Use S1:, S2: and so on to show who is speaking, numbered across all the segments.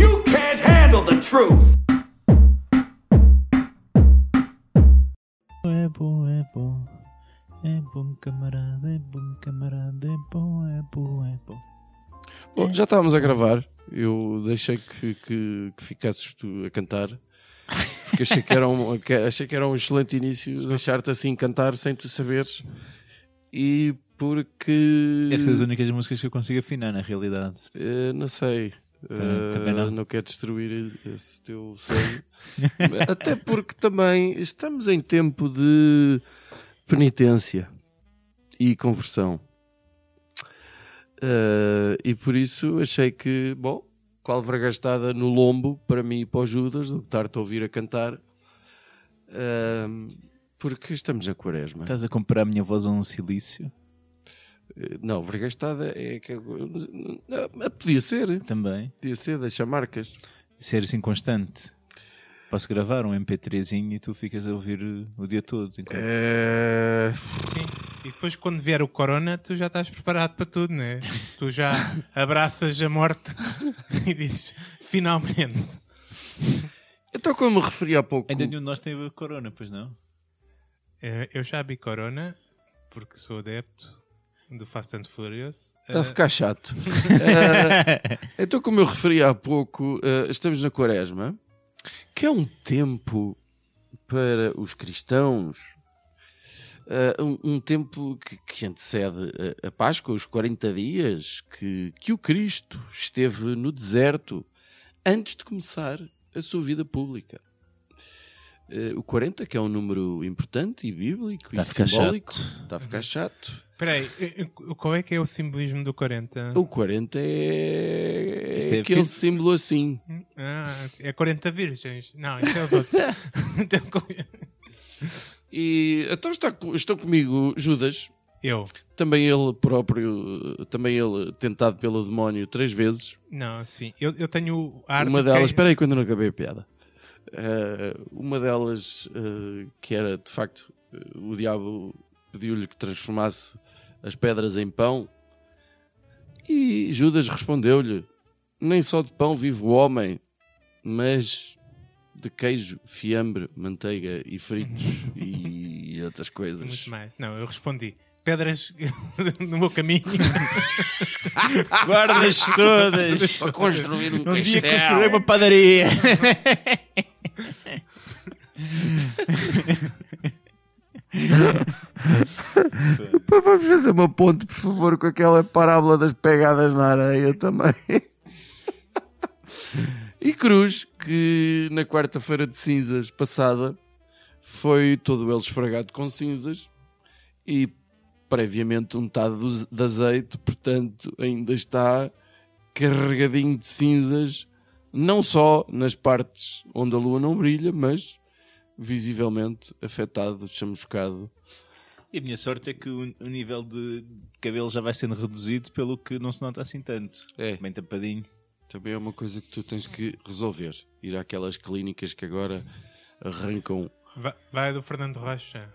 S1: You can't handle the truth.
S2: É bom, é bom. É bom, camarada, é bom, camarada, é bom, é bom, é bom.
S3: Bom, já estávamos a gravar. Eu deixei que, que, que ficasses tu a cantar. Porque achei que era um, que- achei que era um excelente início deixar-te assim cantar sem tu saberes. E porque.
S2: Essas são as únicas músicas que eu consigo afinar, na realidade.
S3: Eh, não sei.
S2: Também-
S3: Eh,
S2: também não.
S3: quero destruir esse teu sonho. Até porque também estamos em tempo de penitência e conversão. Eh, e por isso achei que, bom, qual vergastada no lombo para mim e para o Judas do que estar-te a ouvir a cantar. Ahm, porque estamos a quaresma.
S2: Estás a comparar a minha voz a um silício?
S3: Eh, Não, vergastada é que. Não, Podia ser,
S2: Também.
S3: podia ser, deixa marcas.
S2: Ser assim constante. Posso gravar um MP3zinho e tu ficas a ouvir uh, o dia todo. enquanto-
S3: É...
S4: E depois, quando vier o corona, tu já estás preparado para tudo, né? Tu já abraças a morte e dizes: finalmente.
S3: Então, como me referi há pouco,
S2: Ainda nenhum de nós tem a corona, pois não?
S4: Eh, Eu já vi corona, porque sou adepto do Fast and Furious.
S3: está a ficar chato. Eh, então, como eu referi há pouco, eh, estamos na Quaresma, que é um tempo para os cristãos, eh, um, um tempo que, que antecede a, a Páscoa, os 40 dias que, que o Cristo esteve no deserto antes de começar a sua vida pública. Eh, o 40, que é um número importante e bíblico
S2: Está a
S3: e
S2: ficar
S3: simbólico,
S2: chato.
S3: está a ficar chato.
S4: Espera aí, eh, eh, qual é que é o simbolismo do 40?
S3: O 40 é,
S2: Isto é
S3: aquele
S2: fi-
S3: símbolo assim.
S4: Ah, é 40 virgens. Não, isso é o outro. Então, com-
S3: E então está, co- estão comigo Judas,
S4: eu.
S3: também ele próprio, também ele tentado pelo demónio três vezes.
S4: Não, sim. Eu, eu tenho a arte. é-
S3: uma
S4: de
S3: delas,
S4: quem-
S3: espera aí que eu ainda não acabei a piada. Eh, uma delas eh, que era de facto eh, o diabo pediu-lhe que transformasse as pedras em pão e Judas respondeu-lhe: Nem só de pão vive o homem, mas de queijo, fiambre, manteiga e fritos e outras coisas.
S4: Muito mais. Não, eu respondi. Pedras no meu caminho.
S3: Ah!
S2: Guardas todas!
S3: Para construir um,
S2: Um dia
S3: castelo.
S2: construí uma padaria!
S3: Pá, Vamos fazer uma ponte, por favor, com aquela parábola das pegadas na areia também. e Cruz, que na quarta-feira de cinzas passada foi todo ele esfregado com cinzas e previamente untado do- de azeite, portanto ainda está carregadinho de cinzas, não só nas partes onde a lua não brilha, mas visivelmente afetado, chamuscado
S2: E a minha sorte é que o, o nível de cabelo já vai sendo reduzido, pelo que não se nota assim tanto.
S3: É.
S2: Bem tapadinho.
S3: Também é uma coisa que tu tens que resolver. Ir àquelas clínicas que agora arrancam.
S4: Vai, vai do Fernando Rocha.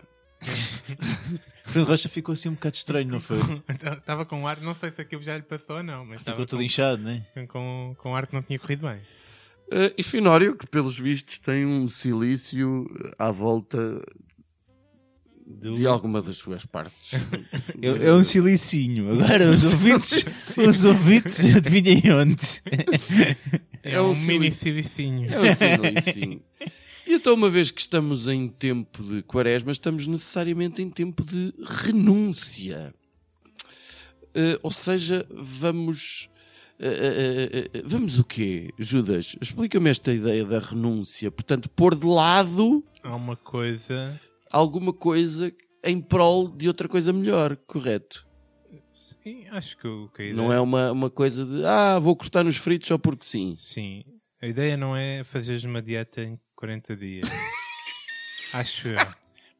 S2: Fernando Rocha ficou assim um bocado estranho, não foi?
S4: Estava Então, com um ar, não sei se aquilo já lhe passou ou não, mas estava
S2: Ficou todo
S4: com, um,
S2: inchado, né?
S4: com, com ar que não tinha corrido bem.
S3: Eh, e Finório, que pelos vistos tem um silício eh, à volta
S2: Do...
S3: de alguma das suas partes.
S2: É, é um silicinho. Agora os ouvintes, os ouvintes adivinhem onde.
S4: É,
S3: É um
S4: um,
S3: silici-
S4: mini silicinho.
S3: É um silício. E então, uma vez que estamos em tempo de quaresma, estamos necessariamente em tempo de renúncia. Eh, ou seja, vamos. eh, eh, eh, eh, vamos o quê, Judas? Explica-me esta ideia da renúncia. Portanto, pôr de lado
S4: Há uma coisa.
S3: alguma coisa em prol de outra coisa melhor, correto?
S4: Sim, acho que o que a
S3: Não
S4: ideia-
S3: é uma, uma coisa de ah, vou cortar nos fritos só porque sim.
S4: Sim. A ideia não é fazeres uma dieta em 40 dias. acho eu.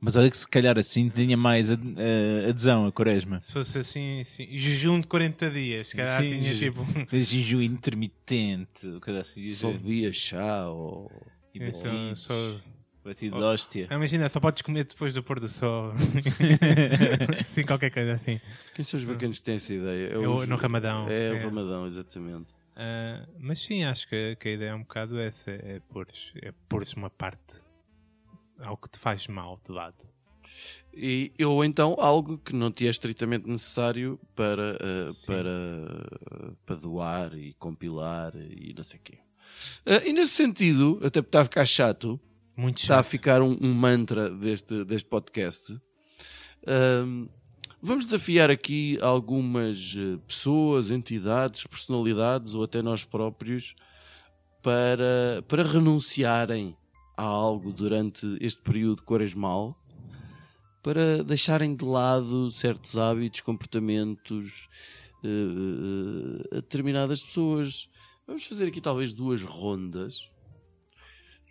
S2: Mas olha que se calhar assim tinha mais ad- eh, adesão a Quaresma.
S4: Se fosse assim, assim, jejum de 40 dias, se calhar
S2: Sim,
S4: tinha
S2: ju-
S4: tipo.
S2: Jejum intermitente, o que era assim
S3: Só
S2: dizer.
S3: bebia chá ou...
S2: E
S4: Então,
S2: batidos,
S4: só... Ah,
S2: batido de hóstia.
S4: Imagina, só podes comer depois do pôr do sol. assim, qualquer coisa assim.
S3: Quem são os bacanos que têm essa ideia? É
S4: Eu-
S3: os-
S4: no Ramadão.
S3: É,
S4: É.
S3: o Ramadão, exatamente.
S4: Ah, mas sim, acho que, que a ideia é um bocado essa: é pôres é pôres uma parte ao que te faz mal de lado.
S3: E, ou então algo que não te é estritamente necessário para, ah, para, ah, para doar e compilar e não sei o quê. Ah, e nesse sentido, até porque está a ficar chato,
S4: Muito
S3: está a
S4: chato.
S3: ficar um, um mantra deste, deste podcast. Ahm, vamos desafiar aqui algumas eh, pessoas, entidades, personalidades ou até nós próprios para, para renunciarem a algo durante este período quaresmal para deixarem de lado certos hábitos, comportamentos eh, eh, a determinadas pessoas. Vamos fazer aqui talvez duas rondas.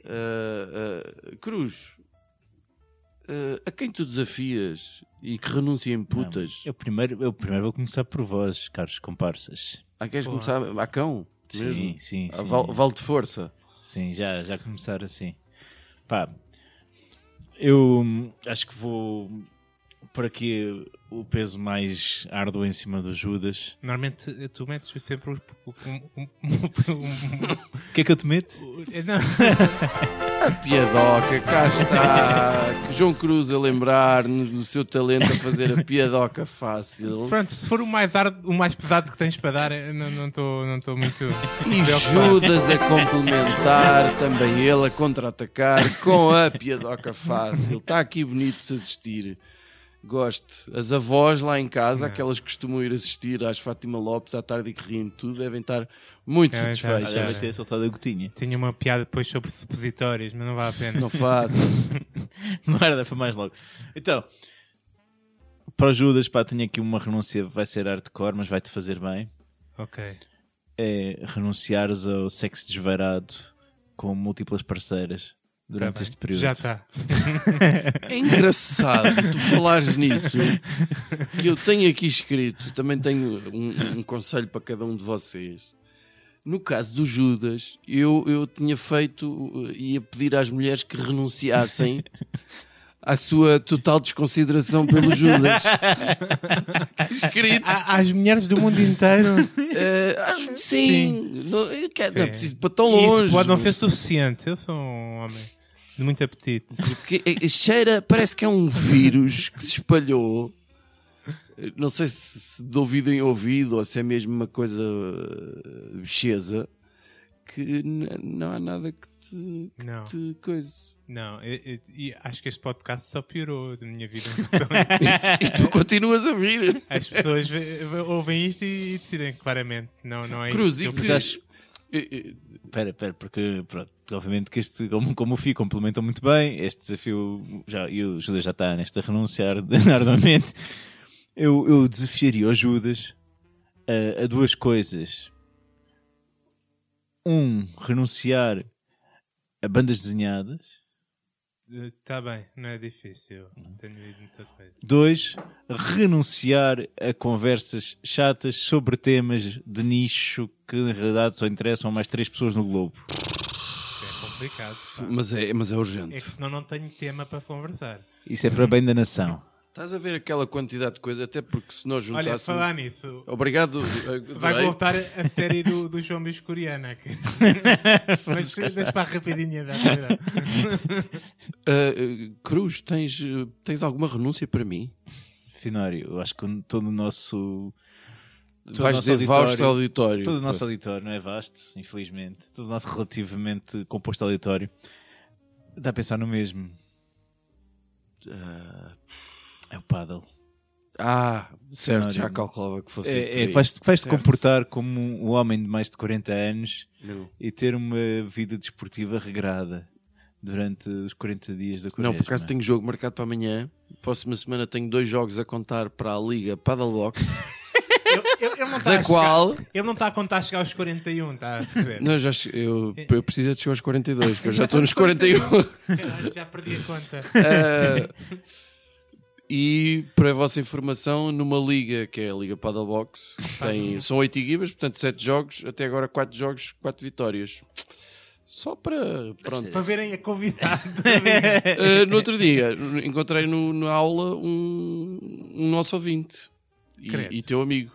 S3: Uh, uh, Cruz, uh, a quem tu desafias e que renuncia em
S4: Oh.
S3: putas?
S2: Eu primeiro, eu primeiro vou começar por vós, caros comparsas.
S3: Ah, queres começar a cão?
S2: Sim,
S3: Mesmo?
S2: sim,
S3: Ah,
S2: sim.
S3: val- vale de força.
S2: Sim, já, já começar assim. Pá, eu hum, acho que vou por aqui o peso mais árduo em cima do Judas.
S4: Normalmente eh, tu metes sempre o- o- um- um- um-
S2: O que é que eu te meto?
S4: um- eh, não.
S3: Piadoca, cá está. Que João Cruz a lembrar-nos do seu talento a fazer a piadoca fácil.
S4: Pronto, se for o mais, ar- o mais pesado que tens para dar, eu não estou não tô muito.
S3: E
S4: preocupado.
S3: Judas a complementar, também ele a contra-atacar com a piadoca fácil. Está aqui bonito de se assistir. Gosto. As avós lá em casa, aquelas que costumam ir assistir às Fátima Lopes à tarde e que riem de tudo, devem estar muito
S4: Devem estar.
S3: satisfeitas.
S2: Olha,
S4: já.
S2: vai ter soltado a gotinha.
S4: Tinha uma piada depois sobre supositórios, mas não vale a pena.
S3: Não fazem.
S2: Guarda, foi mais logo. Então, para o Judas, pá, tenho aqui uma renúncia, vai ser hardcore, mas vai-te fazer bem.
S4: Ok. tá
S2: É renunciares ao sexo desvarado com múltiplas parceiras durante
S4: Tá bem.
S2: este período.
S4: Já está.
S3: É engraçado tu falares nisso, que eu tenho aqui escrito, também tenho um, um conselho para cada um de vocês. No caso do Judas, eu, eu tinha feito, eh, ia pedir às mulheres que renunciassem à sua total desconsideração pelo Judas. Escrito.
S4: Há- Ah, Às mulheres do mundo inteiro,
S3: eh, acho que sim, não, eu quero- não é
S4: Sim.
S3: preciso ir para tão longe.
S4: isso pode não ser suficiente. Eu sou um homem de muito apetite.
S3: Porque eh, cheira, parece que é um vírus que se espalhou. Eh, Não sei se se de ouvido em ouvido ou se é mesmo uma coisa eh, bicheza. Que n- não há nada que te, que
S4: Não.
S3: te coise.
S4: Não, eu- eu- e acho que este podcast só piorou da minha vida.
S3: E tu, e tu continuas a vir.
S4: As pessoas ve- ve- ouvem isto e, e decidem claramente. Não, não é isto
S3: Cruz,
S4: que
S3: e
S4: eu
S3: que-
S4: preciso.
S2: acho-
S3: Eh, eh,
S2: Espera, espera, porque pronto, obviamente que este, como, como o FI complementam muito bem, este desafio já, e o Judas já está nesta renunciar arduamente. Eu, eu desafiaria o Judas a, a duas coisas. Um, renunciar a bandas desenhadas.
S4: Está bem, não é difícil. Tenho lido muita coisa.
S2: Dois, renunciar a conversas chatas sobre temas de nicho que na realidade só interessam a mais três pessoas no globo.
S4: É complicado. pá.
S3: mas, é, mas é
S4: É que
S3: urgente.
S4: senão não tenho tema para conversar.
S2: Isso é para bem da nação.
S3: Estás a ver aquela quantidade de coisa, até porque se nós
S4: Olha,
S3: juntássemos.
S4: falar nisso,
S3: Obrigado. eh,
S4: vai
S3: adorei.
S4: voltar a série do, do zombies coreana. aqui. Mas deixa para a rapidinha da realidade.
S3: Ah, eh, Cruz, tens, eh, tens alguma renúncia para mim?
S2: Finório, eu acho que todo o nosso. Todo o
S3: Vais
S2: nosso
S3: dizer vasto
S2: auditório-
S3: auditório.
S2: Todo o nosso auditório não é vasto, infelizmente. Todo o nosso relativamente composto auditório. Dá a pensar no mesmo. É o paddle.
S3: Ah, certo,
S2: Cenário.
S3: já calculava que fosse. por
S2: É, é,
S3: aí.
S2: que vais, que vais te
S3: Certo.
S2: comportar como um homem de mais de 40 anos
S3: Não.
S2: e ter uma vida desportiva regrada durante os 40 dias da quaresma.
S3: Não, é. por acaso tenho jogo marcado para amanhã. Próxima semana tenho dois jogos a contar para a Liga Paddle Box.
S4: Eu, eu, ele não está a
S3: da qual
S4: chegar- Ele não está a contar a chegar aos 41, está tá a perceber?
S3: não, já, che- eu, eu preciso é de chegar aos 42, que eu já estou nos 41.
S4: Caralho, já perdi a conta.
S3: Ah, E para a vossa informação, numa liga que é a Liga Paddle Box, que tem, são 8 equipas, portanto 7 jogos, até agora 4 jogos, 4 vitórias. Só para. Pronto.
S4: Para verem a convidada.
S3: Eh, no outro dia encontrei no, na aula um, um nosso ouvinte
S4: Credo.
S3: e, e teu amigo,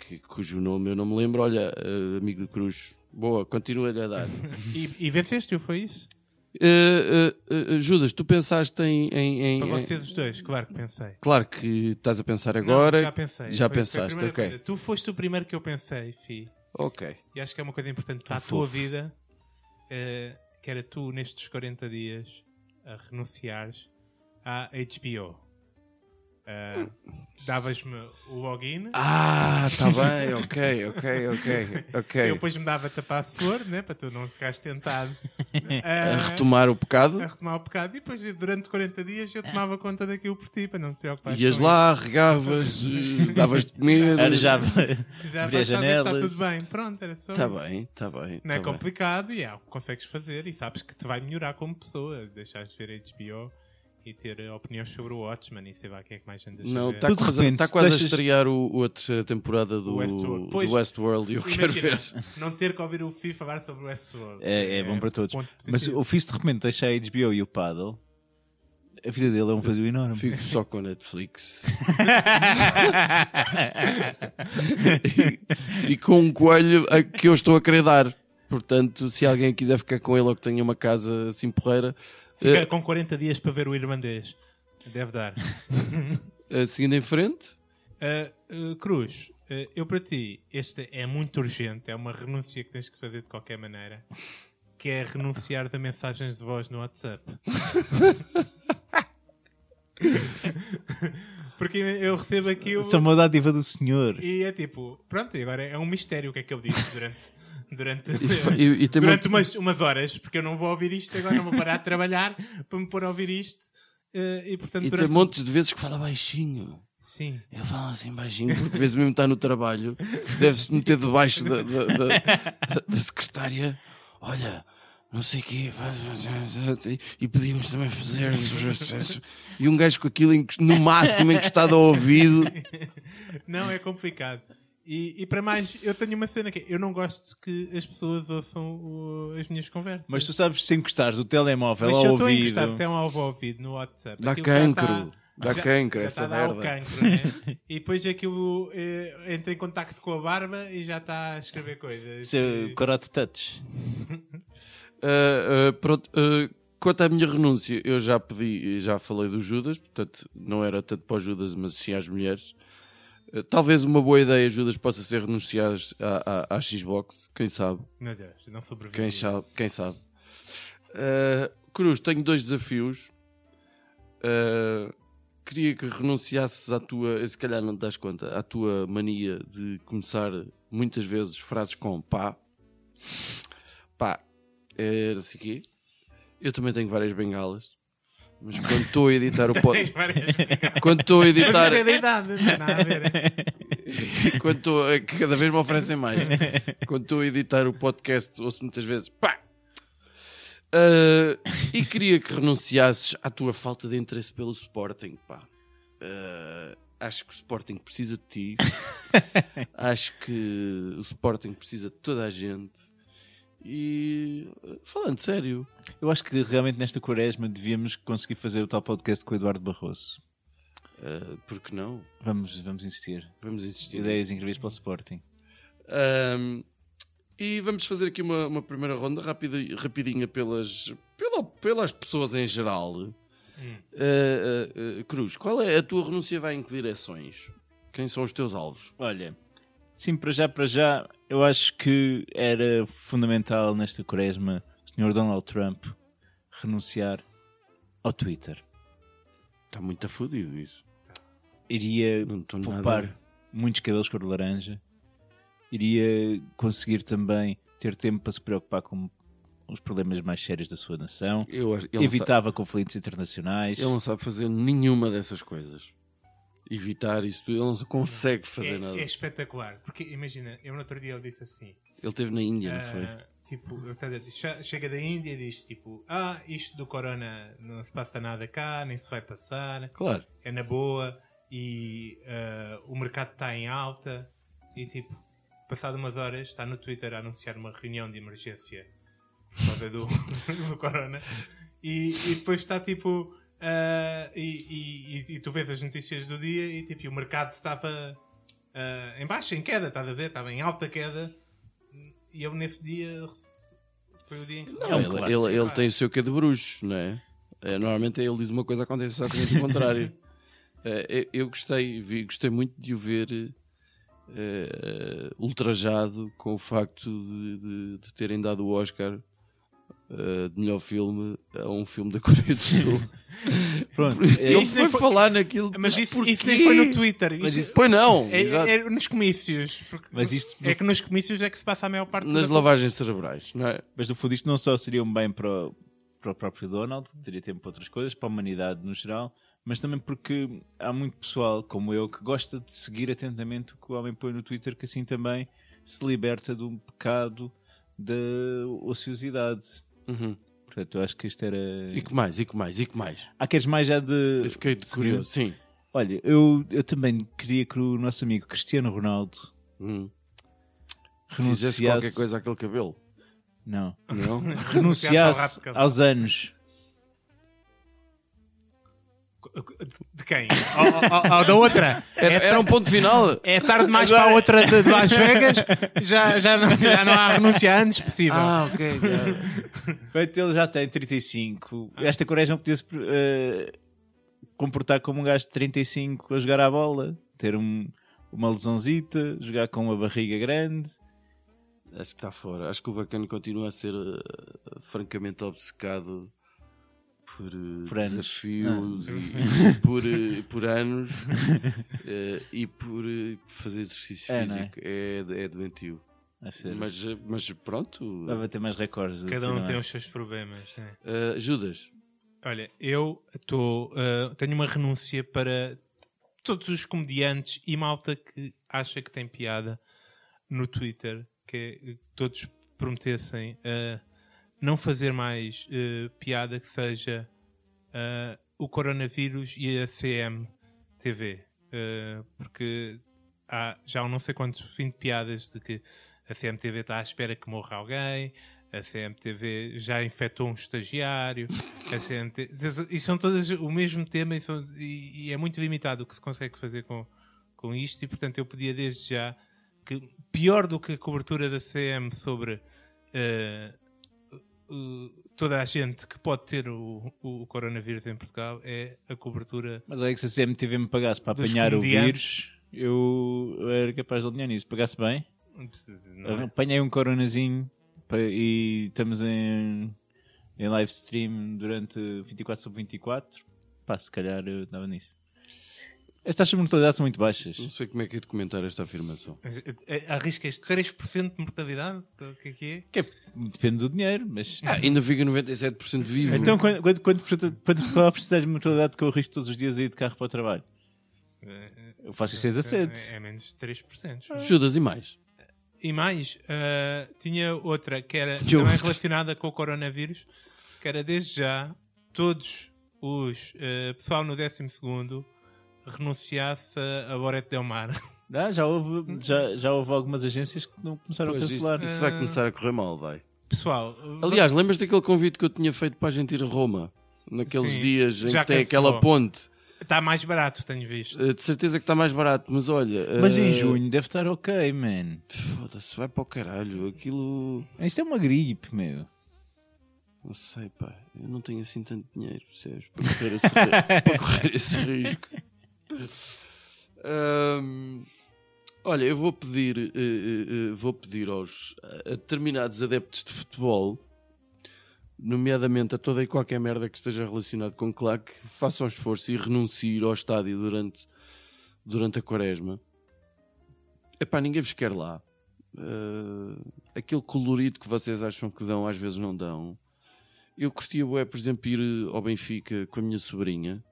S3: que- cujo nome eu não me lembro. Olha, eh, amigo do Cruz, boa, continua-lhe a dar.
S4: E, e venceste-o, foi isso?
S3: Eh, eh, eh, Judas, tu pensaste em. em- em-
S4: Para
S3: em-
S4: vocês os dois, claro que pensei.
S3: Claro que estás a pensar
S4: Não,
S3: agora.
S4: já pensei.
S3: Já
S4: Foi- foi a
S3: pensaste,
S4: primeira
S3: ok.
S4: coisa. Tu foste o primeiro que eu pensei, fi.
S3: Ok.
S4: E acho que é uma coisa importante para a
S3: fofo.
S4: tua vida, eh, que era tu, nestes 40 dias, a renunciares à HBO. Eh, Davas-me o login,
S3: Ah, tá bem, ok, ok, ok, ok.
S4: eu depois me dava-te a password, né, para tu não ficares tentado
S3: A
S4: eh,
S3: retomar o pecado,
S4: a retomar o pecado. E depois, durante 40 dias, eu tomava conta daquilo por ti, para não te preocupares.
S3: ias
S4: com
S3: lá, regavas, eh, davas de comer.
S2: Arejava.
S4: isso. Já
S2: abria
S4: vais saber se está
S2: janelas.
S4: tudo bem. Pronto, era só
S3: Tá
S4: isso.
S3: bem, tá bem.
S4: Não é
S3: tá bem.
S4: complicado e é o que consegues fazer e sabes que te vai melhorar como pessoa. Deixares de ver HBO e ter eh, opiniões sobre o Watchmen e sei lá quem é que mais andas a
S3: Não,
S4: ver.
S3: está
S2: Tu de
S3: quase,
S2: repente,
S3: tá quase
S2: deixas-
S3: a estrear o, o- a terceira temporada do
S4: Westworld.
S3: Westworld,
S4: Pois.
S3: do Westworld e eu quero
S4: Imagina,
S3: ver.
S4: não ter que ouvir o Fih falar sobre o Westworld.
S2: É, é bom para todos.
S4: ponto
S2: Mas
S4: positivo.
S2: o Fizz de repente deixa a HBO e o Paddle. A vida dele é um vazio enorme.
S3: Fico só com a Netflix. e, e com um coelho a- que eu estou a querer dar. Portanto, se alguém quiser ficar com ele ou que tenha uma casa assim porreira,
S4: Fica com 40 dias para ver o irlandês. Deve dar.
S3: eh, eh, seguindo em frente,
S4: Ah, ah, Cruz, ah, eu para ti, este é muito urgente, é uma renúncia que tens que fazer de qualquer maneira, que é renunciar a mensagens de voz no WhatsApp. Porque eu recebo aquilo
S2: Isso é uma dádiva do senhor.
S4: e é tipo, pronto, e agora é um mistério o que é que ele disse durante, durante,
S3: E fa- e- e também-
S4: durante umas, umas horas, porque eu não vou ouvir isto agora, não vou parar de trabalhar para me pôr a ouvir isto. ah, e portanto,
S3: e tem
S4: durante...
S3: montes de vezes que fala baixinho.
S4: Sim.
S3: Eu falo assim baixinho porque, às vezes, mesmo está no trabalho, deve-se meter debaixo da, da, da- da- da secretária. Olha, não sei o quê, faz- faz- faz- e podíamos também fazer. E um gajo com aquilo encos- no máximo encostado ao ouvido.
S4: Não, é complicado. E, e para mais, eu tenho uma cena que é, eu não gosto que as pessoas ouçam o- as minhas conversas.
S2: Mas tu sabes, se encostares o telemóvel
S4: Mas se
S2: ao
S4: eu estou a
S2: ouvido.
S4: encostar até um alvo ao ouvido no WhatsApp.
S3: Dá
S4: aquilo já
S3: cancro.
S4: tá-
S3: Dá
S4: já-
S3: cancro
S4: já
S3: essa
S4: tá a dar o
S3: merda.
S4: cancro, né? E depois aquilo eh, entra em contacto com a barba e já está a escrever coisas.
S2: Seu
S4: E-
S2: é Karate Touch.
S3: Ah, ah, pronto, ah, quanto à minha renúncia, eu já pedi, já falei do Judas, portanto, não era tanto para o Judas, mas sim às mulheres. Ah, talvez uma boa ideia, Judas, possa ser renunciar à, à, à Xbox, quem sabe.
S4: Meu Deus, não sobrevivi.
S3: Quem sabe, quem sabe. Ah, Cruz, tenho dois desafios. Ah, queria que renunciasses à tua, se calhar não te das conta, à tua mania de começar muitas vezes frases com pá. Pá, era assim quê? Eu também tenho várias bengalas. Mas quando estou a editar o
S4: Tens
S3: podcast.
S4: várias-
S3: Quando estou a editar.
S4: Mas é da idade, não tem nada a ver.
S3: Quando estou a- cada vez me oferecem mais. Quando estou a editar o podcast, ouço muitas vezes pá! Ah, e queria que renunciasses à tua falta de interesse pelo Sporting, pá. Ah, acho que o Sporting precisa de ti. acho que o Sporting precisa de toda a gente. E ah, falando sério,
S2: Eu acho que realmente nesta quaresma devíamos conseguir fazer o tal podcast com o Eduardo Barroso.
S3: ah, por que não?
S2: Vamos, vamos insistir.
S3: Vamos insistir.
S2: Ideias
S3: nisso.
S2: incríveis para o Sporting.
S3: Ahm, e vamos fazer aqui uma, uma primeira ronda rápida, rapidinha pelas, pela- pelas pessoas em geral.
S4: Hum.
S3: Ah, ah, ah, Cruz, qual é a tua renúncia? Vai em que direções? Quem são os teus alvos?
S2: Olha, sim, para já, para já, eu acho que era fundamental nesta quaresma o Sr. Donald Trump renunciar ao Twitter.
S3: Está Tá muito afudido isso.
S2: Iria
S3: Não estou nada a ver.
S2: poupar muitos cabelos cor de laranja, iria conseguir também ter tempo para se preocupar com os problemas mais sérios da sua nação,
S3: Eu, acho- ele, não sa-
S2: evitava conflitos internacionais.
S3: ele não sabe fazer nenhuma dessas coisas. evitar isso tudo. Ele não consegue fazer
S4: é,
S3: nada.
S4: é espetacular. Porque imagina, eu no outro dia eu disse assim:
S3: Ele teve na Índia, não foi?
S4: ah, tipo, ele está a dizer, "Che- chega da Índia e diz tipo: Ah, isto do corona não se passa nada cá, nem se vai passar.
S3: Claro.
S4: é na boa e ah, o mercado está em alta e tipo, passado umas horas está no Twitter a anunciar uma reunião de emergência por causa do, do corona e, e depois está tipo ah, e, e- e- e tu vês as notícias do dia e tipo e o mercado estava ah, em baixa, em queda, estás a ver? Estava em alta queda e eu nesse dia foi o dia em que
S2: É um
S3: ele,
S2: clássico.
S3: ele- ele tem o seu que de bruxo, não é? É, Normalmente ele diz uma coisa acontece exatamente o contrário. É, eu- eu gostei, vi- gostei muito de o ver eh, ultrajado com o facto de, de- de terem dado o Oscar eh, de melhor filme a um filme da Coreia do Sul.
S2: Pronto. é,
S3: ele
S4: isso
S3: foi,
S4: nem foi-
S3: falar naquilo.
S4: Mas isso,
S3: porquê?
S4: isso nem foi no Twitter.
S3: Mas
S4: Isto-
S3: isso- Pois não,
S4: É,
S3: exato.
S4: é nos comícios. porque-
S2: Mas isto-
S4: É que nos comícios é que se passa a maior parte
S3: nas
S4: da-
S3: lavagens cerebrais, não é?
S2: Mas no fundo isto não só seria um bem para o, para o próprio Donald, que teria tempo para outras coisas, para a humanidade no geral, mas também porque há muito pessoal como eu que gosta de seguir atentamente o que o homem põe no Twitter, que assim também se liberta de um pecado da ociosidade.
S3: Uhum.
S2: Portanto, eu acho que isto era.
S3: E que mais, e que mais, e que mais?
S2: Ah, queres mais já de.
S3: Eu fiquei
S2: de-
S3: curioso, sim.
S2: Olha, eu, eu também queria que o nosso amigo Cristiano Ronaldo
S3: Hum.
S2: renunciasse.
S3: Fizesse qualquer coisa àquele cabelo.
S2: Não.
S3: Não?
S2: Renunciasse
S4: rato, cara.
S2: aos anos.
S4: De quem? Ou, ou- ou da outra?
S2: É,
S3: Era, era um ponto final?
S4: É tarde demais para a outra de de Las Vegas. Já, já, não, já não há renunciantes possível.
S3: Ah, ok.
S2: Portanto, ele já tem 35.
S4: Ah.
S2: Esta Coreia não podia se eh, comportar como um gajo de 35 a jogar à bola, ter um- uma lesãozita, jogar com uma barriga grande.
S3: Acho que está fora. Acho que o bacana continua a ser eh, francamente obcecado por, eh,
S2: Por anos. Ah.
S3: desafios e, e por, eh, por anos eh, e por eh, fazer exercício
S2: É, não é?
S3: físico. É, do- é doentio.
S2: A sério. Ah.
S3: Mas, eh, mas pronto.
S2: Vai bater mais recordes.
S4: Cada um
S2: afinal.
S4: tem os seus problemas. né?
S3: Eh, Judas,
S4: Olha, eu tô, ah, tenho uma renúncia para todos os comediantes e malta que acha que tem piada no Twitter, que é- que todos prometessem ah, não fazer mais eh, piada que seja ah, o coronavírus e a CMTV. Ah, porque há já há não sei quantos fim de piadas de que a CMTV está à espera que morra alguém, a CMTV já infectou um estagiário, a CMT... E são todas o mesmo tema e, são- e- e é muito limitado o que se consegue fazer com, com isto e, portanto, eu pedia desde já que, pior do que a cobertura da CM sobre... eh, o- eh, toda a gente que pode ter o, o coronavírus em Portugal é a cobertura
S2: Mas olha que se a CMTV me pagasse para
S4: Dos
S2: apanhar o
S4: comediantes.
S2: vírus, eu era capaz de alinhar nisso. Pagasse bem,
S4: não é?
S2: apanhei um coronazinho pa- e estamos em, em live stream durante 24 sobre 24. Pá, se calhar eu dava nisso. As taxas de mortalidade são muito baixas.
S3: não sei como é que é de comentar esta afirmação.
S4: Mas, eh, eh, Arriscas 3% de mortalidade? O que é que é?
S2: Que é- depende do dinheiro, mas.
S3: Ah, ainda fica 97% vivo.
S2: Então, quando, quando, quando, quanto- quanto- qual a porcentagem de mortalidade que eu arrisco todos os dias a ir de carro para o trabalho? Eu faço 6 a 7.
S4: É, é menos de 3%.
S3: Judas e mais.
S4: E mais, ah, tinha outra que era
S3: Tinha
S4: também
S3: outra.
S4: relacionada com o coronavírus, que era desde já todos os ah, pessoal no 12 renunciasse a a Borete Del Mar.
S2: Ah, já, houve, já, já houve algumas agências que não começaram
S3: Pois,
S2: a
S3: isso,
S2: cancelar.
S4: é.
S2: Ah.
S3: isso vai começar a correr mal, vai.
S4: Pessoal,
S3: Aliás, lembras daquele convite que eu tinha feito para a gente ir a Roma? Naqueles
S4: Sim,
S3: dias em
S4: já
S3: que tem
S4: cancelou.
S3: aquela ponte.
S4: está mais barato, tenho visto.
S3: Eh, De certeza que está mais barato, mas olha. eh,
S2: Mas em junho deve estar ok, man.
S3: Foda-se, vai para o caralho. Aquilo.
S2: Isto é uma gripe, meu.
S3: Não sei, pá. Eu não tenho assim tanto dinheiro, percebes? Para correr esse, ri- para correr esse risco. Ahm, olha, eu vou pedir, eh, eh, eh, vou pedir aos a determinados adeptos de futebol, nomeadamente a toda e qualquer merda que esteja relacionado com claque, que façam um esforço e renunciem ao estádio durante, durante a quaresma. Epá, ninguém vos quer lá. Ah, aquele colorido que vocês acham que dão, às vezes não dão. Eu curtia, bué, por exemplo, ir eh, ao Benfica com a minha sobrinha,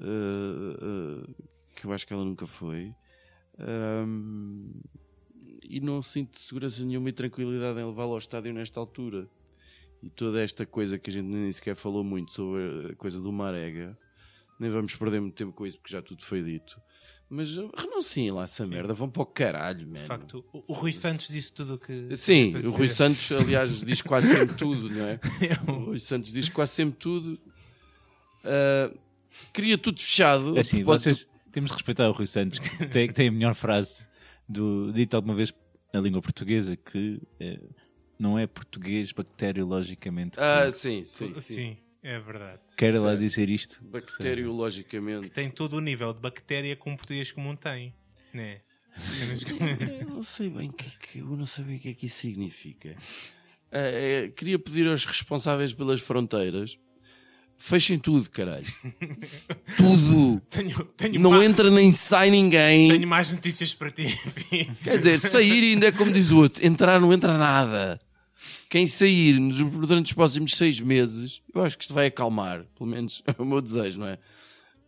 S3: ah, ah, que eu acho que ela nunca foi. Ahm, e não sinto segurança nenhuma e tranquilidade em levá-la ao estádio nesta altura. E toda esta coisa que a gente nem sequer falou muito sobre a coisa do Marega, nem vamos perder muito tempo com isso porque já tudo foi dito. Mas uh, renunciem lá a essa merda, vão para o caralho, mano.
S4: De facto, o, o Rui Santos disse tudo o que.
S3: Sim,
S4: para
S3: o Rui
S4: dizer. um-
S3: Santos, aliás, diz quase sempre tudo, não é? O Rui Santos diz quase sempre tudo. Ah, queria tudo fechado.
S2: É assim,
S3: a propósito-
S2: vocês temos de respeitar o Rui Santos, que tem, que tem a melhor frase do, dita alguma vez na língua portuguesa, que eh, não é português bacteriologicamente.
S3: Ah, sim, sim, sim.
S4: Sim, é verdade.
S2: Quero lá
S3: certo.
S2: dizer isto.
S3: Bacteriologicamente.
S4: Tem todo o nível de bactéria que um português comum tem, né?
S3: Eu não sei bem o que, que- eu não sei bem o que é que isso significa. Ah, é, queria pedir aos responsáveis pelas fronteiras. Fechem tudo, caralho. tudo.
S4: Tenho, tenho,
S3: Não
S4: ma-
S3: entra nem sai ninguém.
S4: tenho mais notícias para ti. enfim.
S3: Quer dizer, sair ainda é como diz o outro, entrar não entra nada. Quem sair nos- durante os próximos seis meses, eu acho que isto vai acalmar, pelo menos é o meu desejo, não é?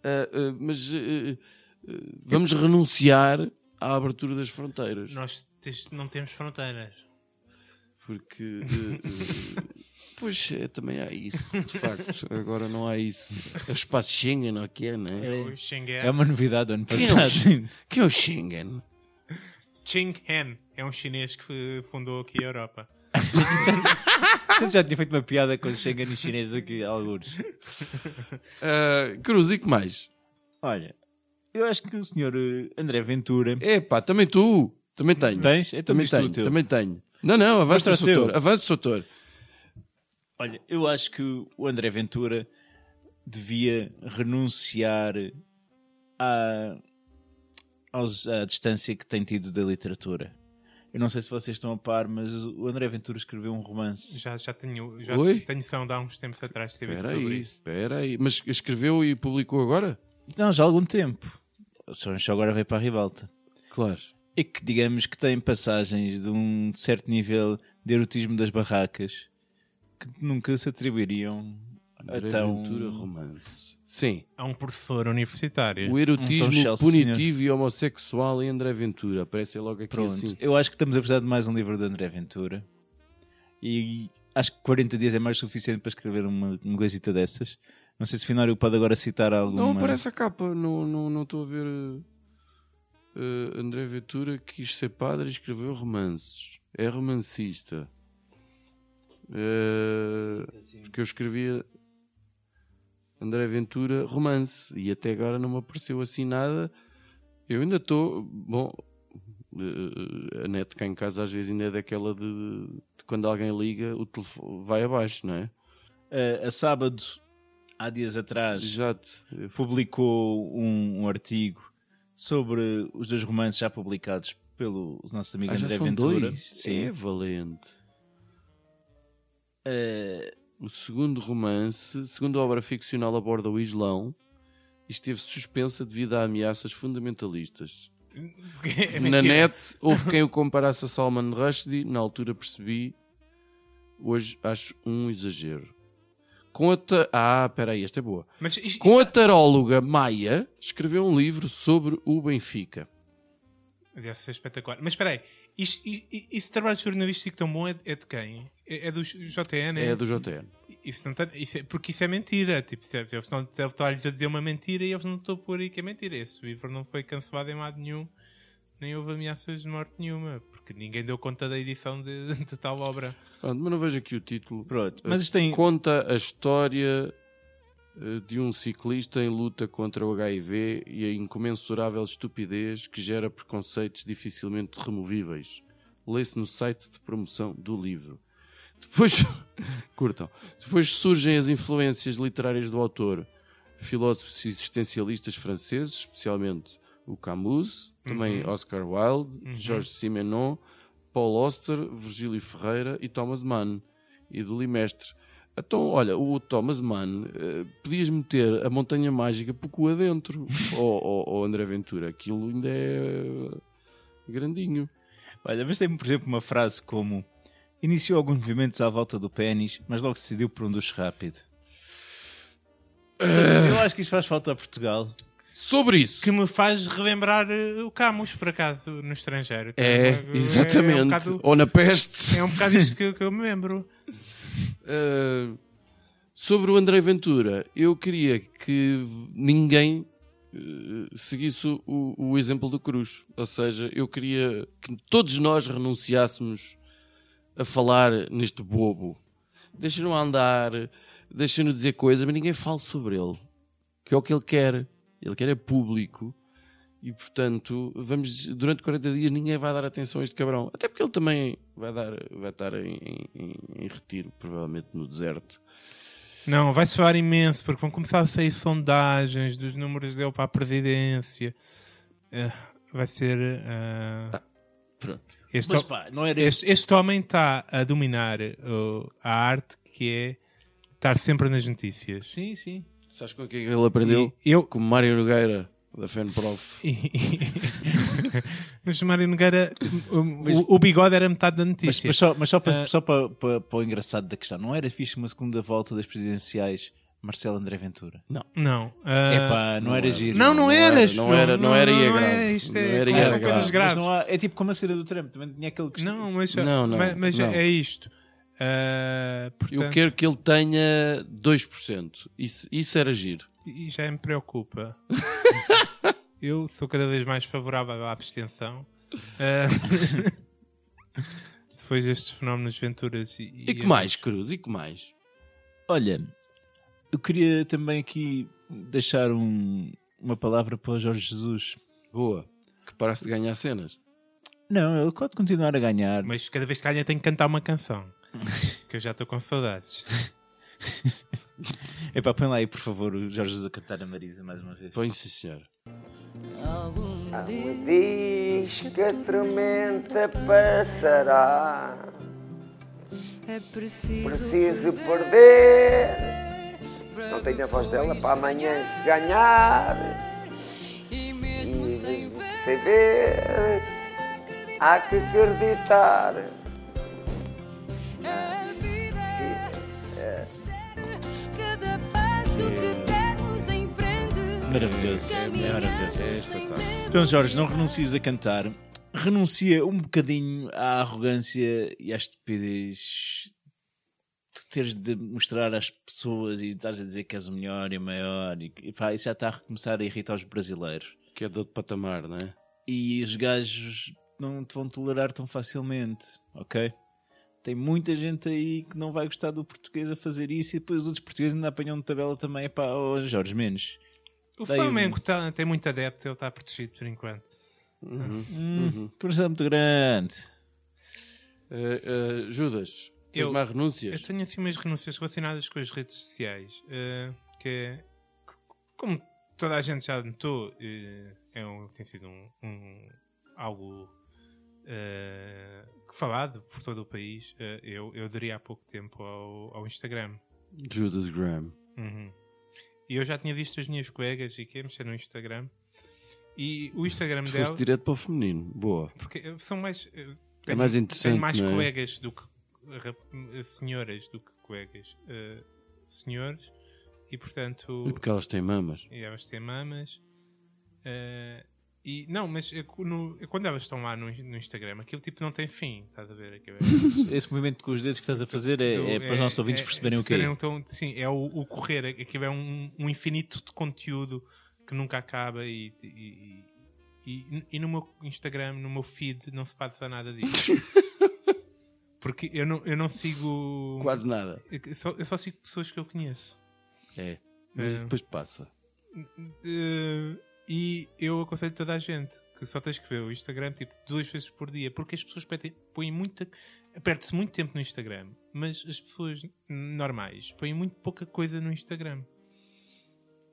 S3: Ah, ah, mas ah, ah, vamos renunciar à abertura das fronteiras,
S4: Nós tes- não temos fronteiras.
S3: porque ah, ah, pois é, também há isso, de facto. Agora não há isso. É o espaço Schengen, não é que é, não é?
S4: O Schengen.
S2: É uma novidade do ano
S3: Quem é o
S2: passado.
S3: Schengen? Quem é o Schengen?
S4: Ching Han é um chinês que fu- fundou aqui a Europa.
S2: Você já tinha feito uma piada com os Schengen e chineses aqui, alguns.
S3: Ah, Cruz, e que mais?
S2: Olha, eu acho que o senhor eh, André Ventura.
S3: Epá, também tu, também tenho.
S2: Tens? Então
S3: Também
S2: diz tu o
S3: tenho,
S2: teu.
S3: também tenho. Não, não, avança,
S2: Mostra o teu.
S3: Soutor. Avança, Soutor.
S2: Olha, eu acho que o André Ventura devia renunciar à, aos- à distância que tem tido da literatura. Eu não sei se vocês estão a par, mas o André Ventura escreveu um romance.
S4: Já, já tenho já
S3: Oi?
S4: tenho noção de há uns tempos atrás que tive
S3: Espera
S4: sobre
S3: aí,
S4: isso.
S3: espera aí. Mas escreveu e publicou agora?
S2: Não, já há algum tempo. Só só agora veio para a ribalta.
S3: Claro.
S2: E que, digamos, que tem passagens de um certo nível de erotismo das barracas que nunca se atriburiam a
S3: André
S2: tão...
S3: Ventura Romance. É. Sim.
S4: Há um professor universitário.
S3: O erotismo
S2: Então, Chelsea,
S3: punitivo e homossexual em André Ventura. Aparece logo aqui
S2: Pronto,
S3: assim.
S2: eu acho que estamos a precisar de mais um livro de André Ventura e acho que 40 dias é mais suficiente para escrever uma, uma coisita dessas. Não sei se o Finório pode agora citar alguma.
S3: Não aparece a capa. Não não- não estou a ver. eh, eh, André Ventura quis ser padre e escreveu romances. É romancista. Eh, porque eu escrevia André Ventura romance e até agora não me apareceu assim nada. Eu ainda estou. Bom, eh, a net cá em casa às vezes ainda é daquela de, de quando alguém liga, o telefone vai abaixo, não é?
S2: Ah, a sábado, há dias atrás,
S3: Exato. Eu-
S2: publicou um, um artigo sobre os dois romances já publicados pelo nosso amigo
S3: Ah, já
S2: André
S3: são
S2: Ventura.
S3: dois.
S2: Sim.
S3: É valente.
S2: Ah,
S3: O segundo romance, segundo obra ficcional, aborda o Islão e esteve suspensa devido a ameaças fundamentalistas.
S4: É
S3: Na
S4: mentira.
S3: net, houve quem o comparasse a Salman Rushdie, na altura percebi, hoje acho um exagero. Com a ta... Ah, peraí, esta é boa.
S4: Mas isto,
S3: Com a taróloga Maia, escreveu um livro sobre o Benfica.
S4: Deve ser espetacular. Mas espera aí, isto- i- i- esse trabalho jornalístico tão bom é, de- é de quem? É, é do JN?
S3: É do JN.
S4: Isso não tá- isso é- porque isso é mentira. Tipo, se eles não devem estar-lhes a dizer uma mentira e eles não estão por aí que é mentira. Esse livro não foi cancelado em lado nenhum, nem houve ameaças de morte nenhuma, porque ninguém deu conta da edição de, de tal obra.
S3: Pronto, mas não vejo aqui o título.
S2: pronto, mas isto tem.
S3: Conta a história eh, de um ciclista em luta contra o HIV e a incomensurável estupidez que gera preconceitos dificilmente removíveis. Lê-se no site de promoção do livro. Depois, curtam. Depois surgem as influências literárias do autor. Filósofos existencialistas franceses, especialmente o Camus, também
S2: Uhum.
S3: Oscar Wilde, Jorge Simenon, Paul Auster, Virgílio Ferreira e Thomas Mann, e do Limestre. Então, olha, o Thomas Mann, eh, podias meter a Montanha Mágica Pucu adentro, ou André Ventura. Aquilo ainda é eh, grandinho.
S2: Olha, mas tem, por exemplo, uma frase como: Iniciou alguns movimentos à volta do pênis, mas logo se Ah. decidiu por um duche rápido. Eu acho que isto faz falta a Portugal.
S3: Sobre isso.
S4: que me faz relembrar eh, o Camus, por acaso, no estrangeiro.
S3: É, exatamente.
S4: É um bocado,
S3: Ou na peste.
S4: é um bocado isto que, que eu me lembro.
S3: Uh, sobre o André Ventura, eu queria que v- ninguém uh, seguisse o, o exemplo do Cruz. Ou seja, eu queria que todos nós renunciássemos a falar neste bobo. Deixem-no andar, deixem-no dizer coisas, mas ninguém fale sobre ele. Que é o que ele quer. Ele quer é público. E portanto, vamos, durante 40 dias ninguém vai dar atenção a este cabrão. Até porque ele também vai, dar, vai estar em, em- em- em retiro, provavelmente no deserto.
S4: Não, vai soar imenso, porque vão começar a sair sondagens dos números dele para a presidência. Eh, vai ser. eh,
S3: Pronto.
S4: este,
S2: Mas
S4: ho-
S2: pá, não era este.
S4: este, este homem está a dominar oh, a arte que é estar sempre nas notícias.
S2: Sim, sim.
S3: Sabes com quem ele aprendeu?
S4: E eu,
S3: Com Mário Nogueira, da FENPROF.
S4: Mas Mário Nogueira, o, o- o bigode era metade da
S2: Mas,
S4: notícia.
S2: mas só, mas só, para,
S4: Ah.
S2: só para, para, para o engraçado da questão, não era fixe uma segunda volta das presidenciais Marcelo André Ventura?
S4: Não. ah,
S2: Epá, não, era giro.
S4: não, não eras.
S3: não era- não era e é grave.
S4: isto é-
S3: Não era e
S4: com
S2: era
S4: coisas
S2: grave. Mas
S4: graves.
S2: não há- é tipo como a cera do Trump, também tinha aquele que
S4: Não, mas,
S3: Não, não,
S4: mas, mas
S3: não.
S4: é isto. Ah,
S3: Eu
S4: portanto,
S3: quero que ele tenha 2%. Isso, isso era giro.
S4: E já me preocupa. Eu sou cada vez mais favorável à abstenção. Ah, Depois destes fenómenos, venturas e.
S3: E que mais, Cruz? E que mais?
S2: Olha, eu queria também aqui deixar um- uma palavra para o Jorge Jesus.
S3: Boa. Que parasse de ganhar cenas.
S2: Não, ele pode continuar a ganhar.
S4: Mas cada vez que ganha tem que cantar uma canção. que eu já estou com saudades.
S2: Epá, põe lá aí, por favor, o Jorge Jesus a cantar a Marisa mais uma vez.
S3: Põe, sim, senhor.
S5: Água diz que a tormenta passará.
S6: É preciso,
S5: Preciso perder. Não tenho a voz dela para amanhã se ganhar.
S6: e
S5: E
S6: mesmo sem
S5: mesmo
S6: ver
S5: sem ver, há que acreditar.
S6: a vida que segue cada passo que demos em frente.
S2: Maravilhoso, é
S6: Caminhando
S2: maravilhoso.
S6: sem medo.
S2: Então, Jorge, não renuncies a cantar. Renuncia um bocadinho à arrogância e à estupidez de teres de mostrar às pessoas e estás a dizer que és o melhor e o maior. E, e pá, isso já está a começar a irritar os brasileiros.
S3: Que é de outro patamar, não é?
S2: E os gajos não te vão tolerar tão facilmente, ok? Tem muita gente aí que não vai gostar do português a fazer isso e depois os outros portugueses ainda apanham de tabela também. Pá, oh, Jorge, menos.
S4: O
S2: Daí
S4: Flamengo tá- tem muito adepto, ele está protegido por enquanto.
S2: Hum,
S3: Uhum.
S2: Conversado muito grande.
S3: Eh, eh, Judas, tens
S4: Eu-
S3: mais renúncias?
S4: Eu tenho assim umas renúncias relacionadas com as redes sociais, eh, que é, c- como toda a gente já notou, eh, é um- tem sido um, um- algo eh, que falado por todo o país. Eh, eu, eu aderi há pouco tempo ao, ao Instagram.
S3: Judas Graham.
S4: Uhum. E eu já tinha visto as minhas colegas e que mexer no Instagram. E o Instagram
S3: Se fosse
S4: dela,
S3: direto para o feminino. Boa.
S4: porque são mais. eh,
S3: É mais interessante,
S4: tem mais
S3: não é?
S4: colegas do que rap- senhoras do que colegas eh, senhores e portanto
S3: E porque elas têm mamas.
S4: e elas têm mamas eh, e não mas eh, cu- no- quando elas estão lá no, no Instagram aquilo tipo não tem fim estás a ver aquilo é-
S2: Esse movimento com os dedos que estás a fazer é, é para os nossos ouvintes
S4: é-
S2: perceberem o que
S4: perceberem
S2: é.
S4: então, sim é o, o correr aquilo é um, um infinito de conteúdo que nunca acaba e, e- e- e no meu Instagram no meu feed não se passa nada disso porque eu não, eu não sigo
S3: Quase nada.
S4: eu só, eu só sigo pessoas que eu conheço.
S3: É. Mas
S4: É.
S3: isso depois passa.
S4: Eh, e eu aconselho toda a gente que só tens que ver o Instagram tipo duas vezes por dia, porque as pessoas petem- põem muita. Perde-se muito tempo no Instagram, mas as pessoas normais põem muito pouca coisa no Instagram.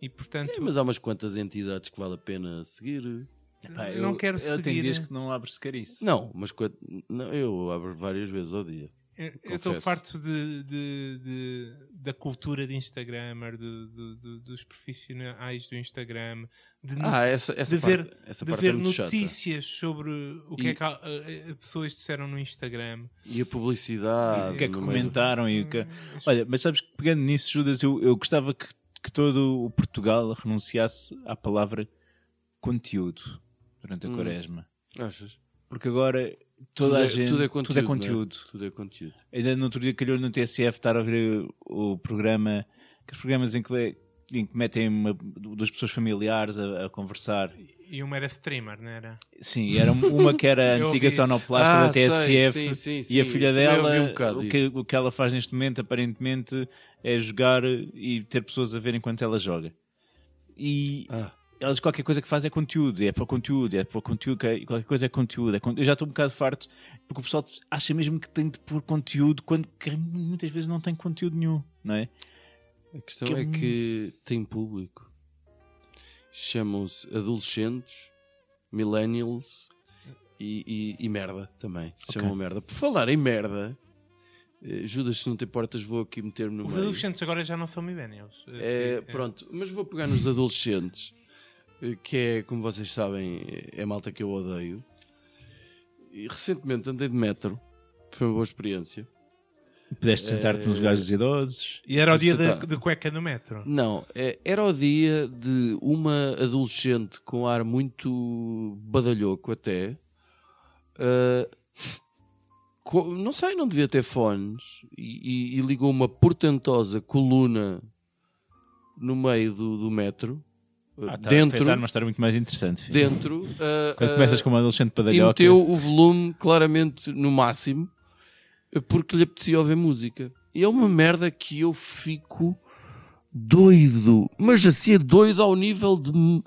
S4: E portanto,
S3: Sim, mas há umas quantas entidades que vale a pena seguir.
S2: Pá,
S4: eu não quero
S2: eu
S4: seguir- né?
S2: tenho dias que não abro sequer isso.
S3: Não, mas quant- não, eu abro várias vezes ao dia.
S4: eu eu
S3: confesso.
S4: estou farto de, de- de- da cultura de Instagramer, do- do- do- dos profissionais do Instagram, de
S3: Ah, essa, essa
S4: de
S3: parte,
S4: ver,
S3: essa
S4: de
S3: parte
S4: ver
S3: é muito chata.
S4: notícias sobre o que
S3: E-
S4: é que ah, ah, pessoas disseram no Instagram.
S3: E a publicidade.
S2: O é que é que
S3: no meio-
S4: Hum,
S2: comentaram e o que. Olha, mas sabes que pegando nisso, Judas, eu, eu gostava que, que todo o Portugal renunciasse à palavra conteúdo durante a
S3: Hum.
S2: quaresma.
S3: Achas?
S2: Porque agora toda a
S3: é-
S2: gente.
S3: Tudo é conteúdo. não é?
S2: conteúdo.
S3: Tudo é conteúdo.
S2: Ainda no outro dia calhou no TSF estar a ver o programa, aqueles programas em que, le- em que metem uma- duas pessoas familiares a, a conversar.
S4: E uma era streamer, não era?
S2: Sim, era uma que era a
S4: Eu
S2: antiga
S4: ouvi.
S2: sonoplasta
S3: Ah,
S2: da TSF
S3: sei, sim, sim,
S2: e a
S3: sim.
S2: filha
S3: Também ouvi
S2: dela,
S3: um bocado
S2: o, que,
S3: isso.
S2: o que ela faz neste momento aparentemente é jogar e ter pessoas a ver enquanto ela joga. E
S3: Ah.
S2: elas qualquer coisa que fazem é conteúdo, é para o conteúdo, é para o conteúdo, que- qualquer coisa é conteúdo. é con- Eu já estou um bocado farto porque o pessoal acha mesmo que tem de pôr conteúdo quando que muitas vezes não tem conteúdo nenhum, não é?
S3: A questão
S2: Que é
S3: é
S2: um-
S3: que tem público. Chamam-se adolescentes, millennials e, e- e merda também. Se chamam merda. Por falar em merda, eh, Judas, se não te portas, vou aqui meter-me no
S4: Os
S3: meio.
S4: adolescentes agora já não são millennials.
S3: É,
S4: Sim,
S3: pronto, mas vou pegar nos adolescentes, eh, que é, como vocês sabem, é a malta que eu odeio. E recentemente andei de metro, foi uma boa experiência.
S2: Pudeste sentar-te nos lugares dos idosos.
S4: E era o dia
S3: Você
S4: da,
S3: tá.
S4: da cueca do metro.
S3: Não, é- era o dia de uma adolescente com ar muito badalhoco até. ah, co- não sei, não devia ter fones e, e- e ligou uma portentosa coluna no meio do, do metro.
S2: Ah, tá,
S3: dentro,
S2: Pensar numa história muito mais interessante. filho.
S3: dentro. ah,
S2: Quando
S3: ah,
S2: começas com uma adolescente
S3: e
S2: padalhoca.
S3: meteu o volume claramente no máximo porque lhe apetecia ouvir música. E é uma merda que eu fico doido, mas assim é doido ao nível de me-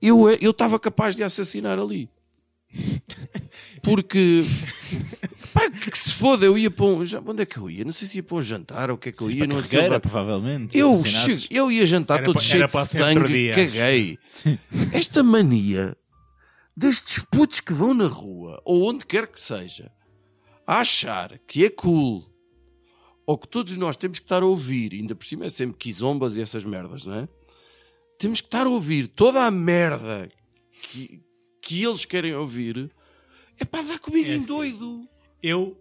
S3: eu é, eu estava capaz de assassinar ali. Porque pá, que se foda, eu ia para um, já- onde é que eu ia? Não sei se ia para um jantar ou o que é que eu ia,
S2: Para
S3: não sei.
S2: Carregueira, provavelmente. se
S3: Eu,
S2: assinasses.
S3: chego- eu ia jantar
S4: Era
S3: todo
S4: pa-
S3: cheio
S4: era
S3: de
S4: para Centro
S3: sangue,
S4: Dias.
S3: caguei. Esta mania destes putos que vão na rua, ou onde quer que seja, a achar que é cool, ou que todos nós temos que estar a ouvir, ainda por cima é sempre quizombas e essas merdas, não é? Temos que estar a ouvir toda a merda que, que eles querem ouvir, é para dar comigo
S4: assim.
S3: em doido.
S4: Eu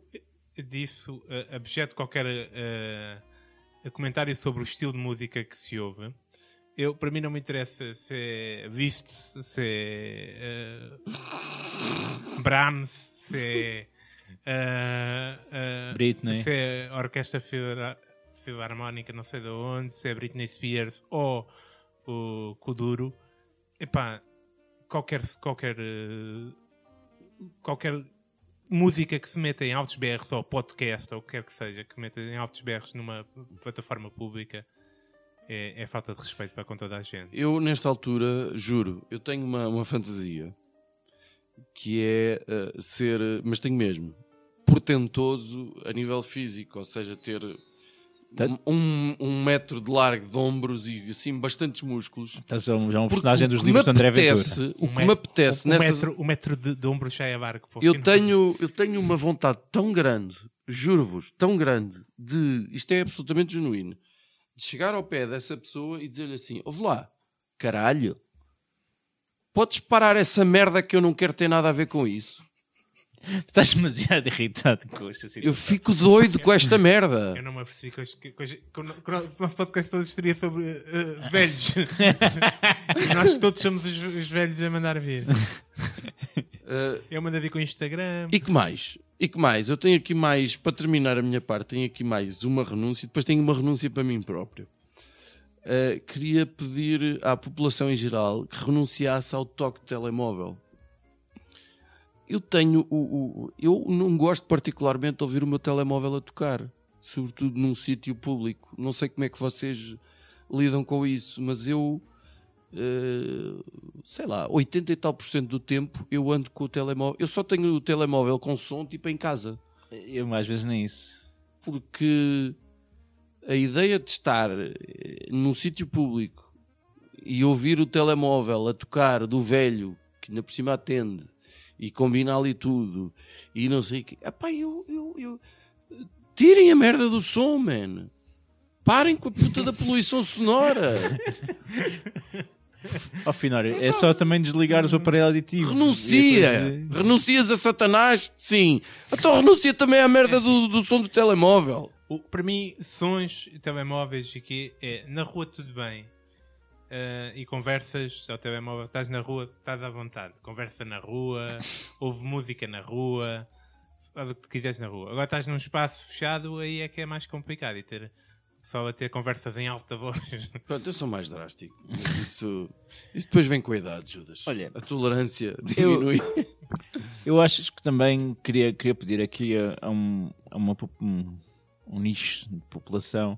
S4: disso eh, abjeto qualquer eh, eh, comentário sobre o estilo de música que se ouve. Eu, para mim não me interessa se é Vist, se é eh, Brahms, se é, eh, eh,
S2: Britney.
S4: se é Orquestra Fila- Filarmónica, não sei de onde, se é Britney Spears ou o Kuduro. Epá, qualquer, qualquer, eh, qualquer música que se meta em altos berros ou podcast ou o que quer que seja, que meta em altos berros numa plataforma pública é, é falta de respeito para com toda a gente.
S3: Eu, nesta altura, juro, eu tenho uma, uma fantasia que é uh, ser, uh, mas tenho mesmo, portentoso a nível físico, ou seja, ter um- um, um metro de largo de ombros e assim bastantes músculos.
S2: Estás já um já um
S3: Porque
S2: personagem
S3: o
S2: dos
S3: que
S2: livros de
S3: me
S2: André Ventura.
S3: apetece, O
S4: Um
S3: que
S4: met-
S3: me apetece
S4: o,
S3: nessa.
S4: metro, o metro de, de ombro já é barco. pô,
S3: Eu
S4: afinal.
S3: tenho, eu tenho uma vontade tão grande, juro-vos, tão grande, de. Isto é absolutamente genuíno. De chegar ao pé dessa pessoa e dizer-lhe assim: ouve lá, caralho, podes parar essa merda que eu não quero ter nada a ver com isso.
S2: Estás demasiado irritado com isso. Assim.
S3: Eu fico doido com esta merda.
S4: Eu não me apercebi que, hoje- que, que, hoje- que o no- que o nosso podcast todo seria sobre eh, velhos. Nós todos somos os, os velhos a mandar vir.
S3: Eh,
S4: Eu mando a vir com o Instagram.
S3: E que mais? E que mais? Eu tenho aqui mais, para terminar a minha parte, tenho aqui mais uma renúncia e depois tenho uma renúncia para mim próprio. Uh, queria pedir à população em geral que renunciasse ao toque de telemóvel. Eu tenho o, o- o- eu não gosto particularmente de ouvir o meu telemóvel a tocar, sobretudo num sítio público. Não sei como é que vocês lidam com isso, mas eu eh, sei lá, 80 e tal por cento do tempo eu ando com o telemóvel. Eu só tenho o telemóvel com som tipo em casa.
S2: Eu às vezes nem isso.
S3: Porque a ideia de estar eh, num sítio público e ouvir o telemóvel a tocar do velho que ainda por cima atende e combina ali tudo e não sei o que. Epá, eu, eu, eu- Tirem a merda do som, man. Parem com a puta da poluição sonora.
S2: Ao final, é só também desligares o aparelho aditivo.
S3: Renuncia!
S2: eh,
S3: é Renuncias a Satanás? Sim. Então renuncia também à merda do, do som do telemóvel.
S4: O- para mim, sons, telemóveis e quê é na rua tudo bem. Ah, e conversas ao telemóvel, estás na rua, estás à vontade. Conversa na rua, ouve música na rua, faz o que tu quiseres na rua. Agora estás num espaço fechado, aí é que é mais complicado e ter pessoal a ter conversas em alta voz.
S3: Pronto, eu sou mais drástico. Mas isso, isso depois vem com a idade, Judas.
S2: Olha,
S3: a tolerância diminui.
S2: Eu acho que também queria, queria pedir aqui a, a um, a uma po- um- um nicho de população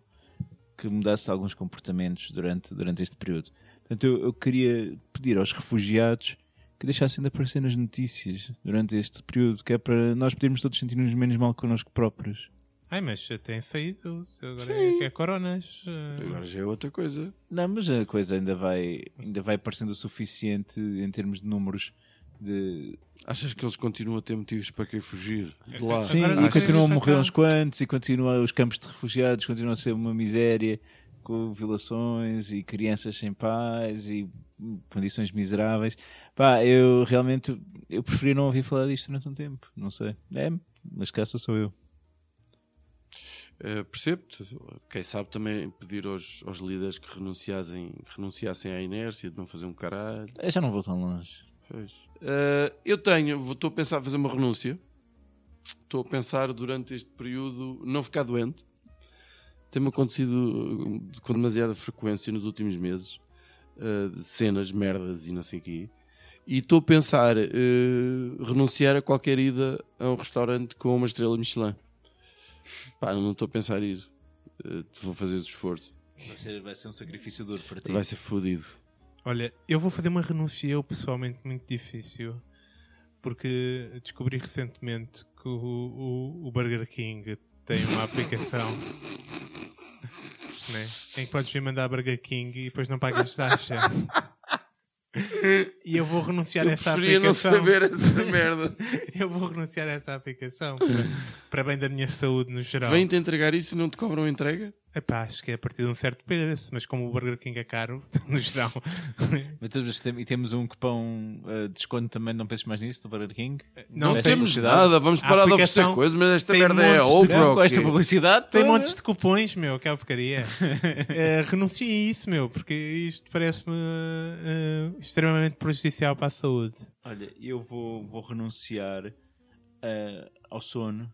S2: que mudasse alguns comportamentos durante, durante este período. Portanto, eu, eu queria pedir aos refugiados que deixassem de aparecer nas notícias durante este período, que é para nós podermos todos sentir-nos menos mal connosco próprios.
S4: Ai, mas já tem saído, agora é que é coronas. ah,
S3: Agora já é outra coisa.
S2: Não, mas a coisa ainda vai, ainda vai parecendo o suficiente em termos de números de,
S3: Achas que eles continuam a ter motivos para querer fugir de lá?
S2: Sim,
S4: Agora
S2: e
S4: não sei.
S2: continuam a
S4: Sim,
S2: morrer
S4: então.
S2: uns quantos, e continuam os campos de refugiados, continuam a ser uma miséria, com violações e crianças sem paz e condições miseráveis. Pá, eu realmente eu preferia não ouvir falar disto durante um tempo, não sei. É, mas cá só sou eu.
S3: Eh, Percebo-te. Quem sabe também pedir aos, aos líderes que renunciassem, renunciassem à inércia de não fazer um caralho.
S2: Eu já não vou tão longe.
S3: Pois. Eh, eu tenho, vou- estou a pensar em fazer uma renúncia. Estou a pensar durante este período não ficar doente. Tem-me acontecido eh, com demasiada frequência nos últimos meses. eh, de cenas, merdas e não sei o quê. E estou a pensar eh, renunciar a qualquer ida a um restaurante com uma estrela Michelin. Pá, não estou a pensar ir. Eh, vou fazer esse esforço.
S2: Vai ser, um sacrifício duro para ti.
S3: Vai ser fodido.
S4: Olha, eu vou fazer uma renúncia eu pessoalmente muito difícil porque descobri recentemente que o, o- o Burger King tem uma aplicação né, em que podes vir mandar Burger King e depois não pagas taxa. e eu vou renunciar a essa
S3: Preferia não
S4: aplicação.
S3: saber essa merda.
S4: Eu vou renunciar a essa aplicação para, para bem da minha saúde no geral.
S3: Vêm-te entregar isso e não te cobram entrega?
S4: Epá, acho que é a partir de um certo preço, mas como o Burger King é caro, no geral,
S2: E temos um cupom eh, de desconto também, não penses mais nisso, do Burger King?
S3: Não,
S2: Essa
S3: temos
S2: publicidade.
S3: nada, vamos
S4: A
S3: parar de
S4: aplicação
S3: oferecer coisas, mas esta
S4: tem
S3: merda é
S4: montes de-
S3: old
S2: Não,
S3: bro.
S2: com esta
S3: ok.
S2: publicidade
S4: Tem
S2: toda.
S4: montes de cupons, meu, que é uma porcaria. Eh, renuncie a isso, meu, porque isto parece-me eh, extremamente prejudicial para a saúde.
S2: Olha, eu vou, vou renunciar eh, ao sono.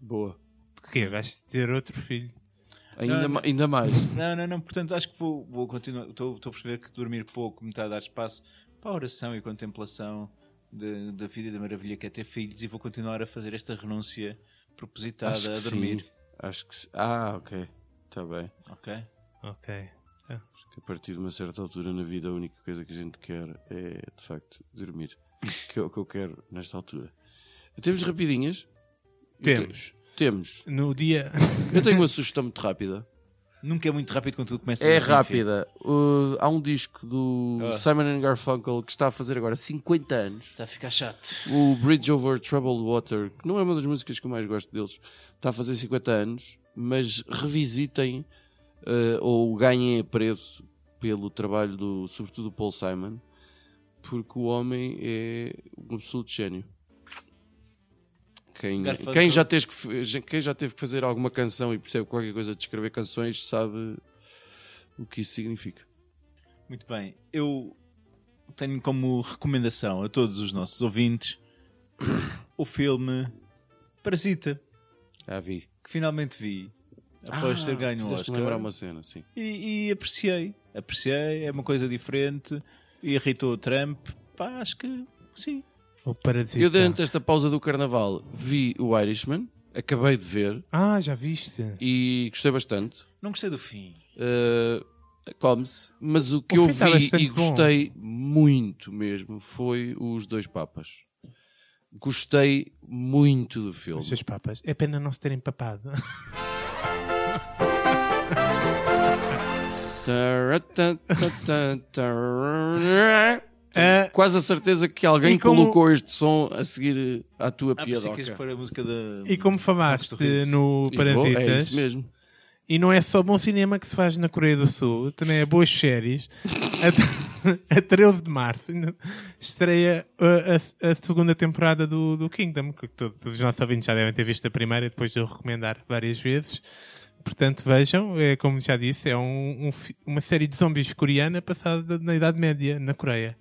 S3: Boa.
S4: Porque vais ter outro filho.
S3: Ainda,
S2: Não,
S3: ma- ainda mais.
S2: Não, não, não. Portanto, acho que vou, vou continuar. Estou estou a perceber que dormir pouco me está a dar espaço para a oração e contemplação de- da vida e da maravilha que é ter filhos e vou continuar a fazer esta renúncia
S4: Tá,
S2: propositada
S3: Acho que
S2: a dormir.
S3: sim. Acho que sim. Ah, ok. Está bem.
S2: Ok?
S4: Ok.
S3: Acho que a partir de uma certa altura na vida a única coisa que a gente quer é, de facto, dormir. que é o que eu quero nesta altura. Temos rapidinhas?
S4: Temos.
S3: Temos.
S4: No dia.
S3: Eu tenho uma sugestão muito rápida.
S2: Nunca é muito rápido quando tudo começa
S3: É
S2: assim,
S3: rápida. Uh, há um disco do
S2: Ah.
S3: Simon and Garfunkel que está a fazer agora 50 anos.
S2: Está a ficar chato.
S3: O Bridge Over Troubled Water, que não é uma das músicas que eu mais gosto deles, está a fazer 50 anos, mas revisitem eh, ou ganhem apreço pelo trabalho do, sobretudo do Paul Simon, porque o homem é um absoluto gênio. Quem,
S2: Garfunkel.
S3: quem, já teve que, fe- quem já teve que fazer alguma canção e percebe qualquer coisa de escrever canções sabe o que isso significa.
S2: Muito bem. Eu tenho como recomendação a todos os nossos ouvintes o filme Parasita,
S3: Já vi.
S2: que finalmente vi após ter ganho o
S3: Ah,
S2: Oscar.
S3: Fizeste-me lembrar uma cena, sim.
S2: e, e apreciei. Apreciei, é uma coisa diferente. Irritou o Trump. Pá, acho que sim.
S4: O parasita.
S3: Eu, durante esta pausa do carnaval, vi o Irishman, acabei de ver
S4: Ah, já viste?
S3: e gostei bastante.
S2: Não gostei do fim.
S3: Uh, Come-se, mas o que
S4: O
S3: eu
S4: fim está
S3: vi
S4: bastante
S3: e gostei muito mesmo foi os dois papas. Gostei muito do filme.
S4: Os seus papas. É pena não se terem papado. Ah,
S3: Quase a certeza que alguém
S4: E como-
S3: colocou este som a seguir à tua
S2: Ah, pensei que ias
S3: piadoca.
S2: pôr a música da.
S4: e como falaste no
S3: E vou-
S4: Parasitas.
S3: É isso mesmo.
S4: E não é só bom cinema que se faz na Coreia do Sul, também é boas séries. Até- a 13 de março ainda estreia a, a- a segunda temporada do, do Kingdom, que todo- todos, os nossos ouvintes já devem ter visto a primeira, depois de eu recomendar várias vezes. Portanto, vejam, é, como já disse, é um- um fi- uma série de zombies coreana passada na Idade Média, na Coreia.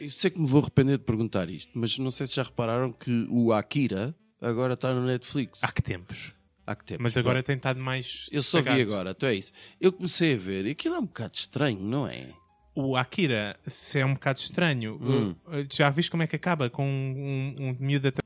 S3: Eu sei que me vou arrepender de perguntar isto, mas não sei se já repararam que o Akira agora está no Netflix.
S4: Há que tempos.
S3: Há que tempo.
S4: Ah, Mas agora tem estado mais.
S3: Eu só vi
S4: apagado.
S3: agora, então é isso. Eu comecei a ver, e aquilo é um bocado estranho, não é?
S4: O
S3: Hum.
S4: Akira se é um bocado estranho. Já viste como é que acaba com um, um, um miúdo a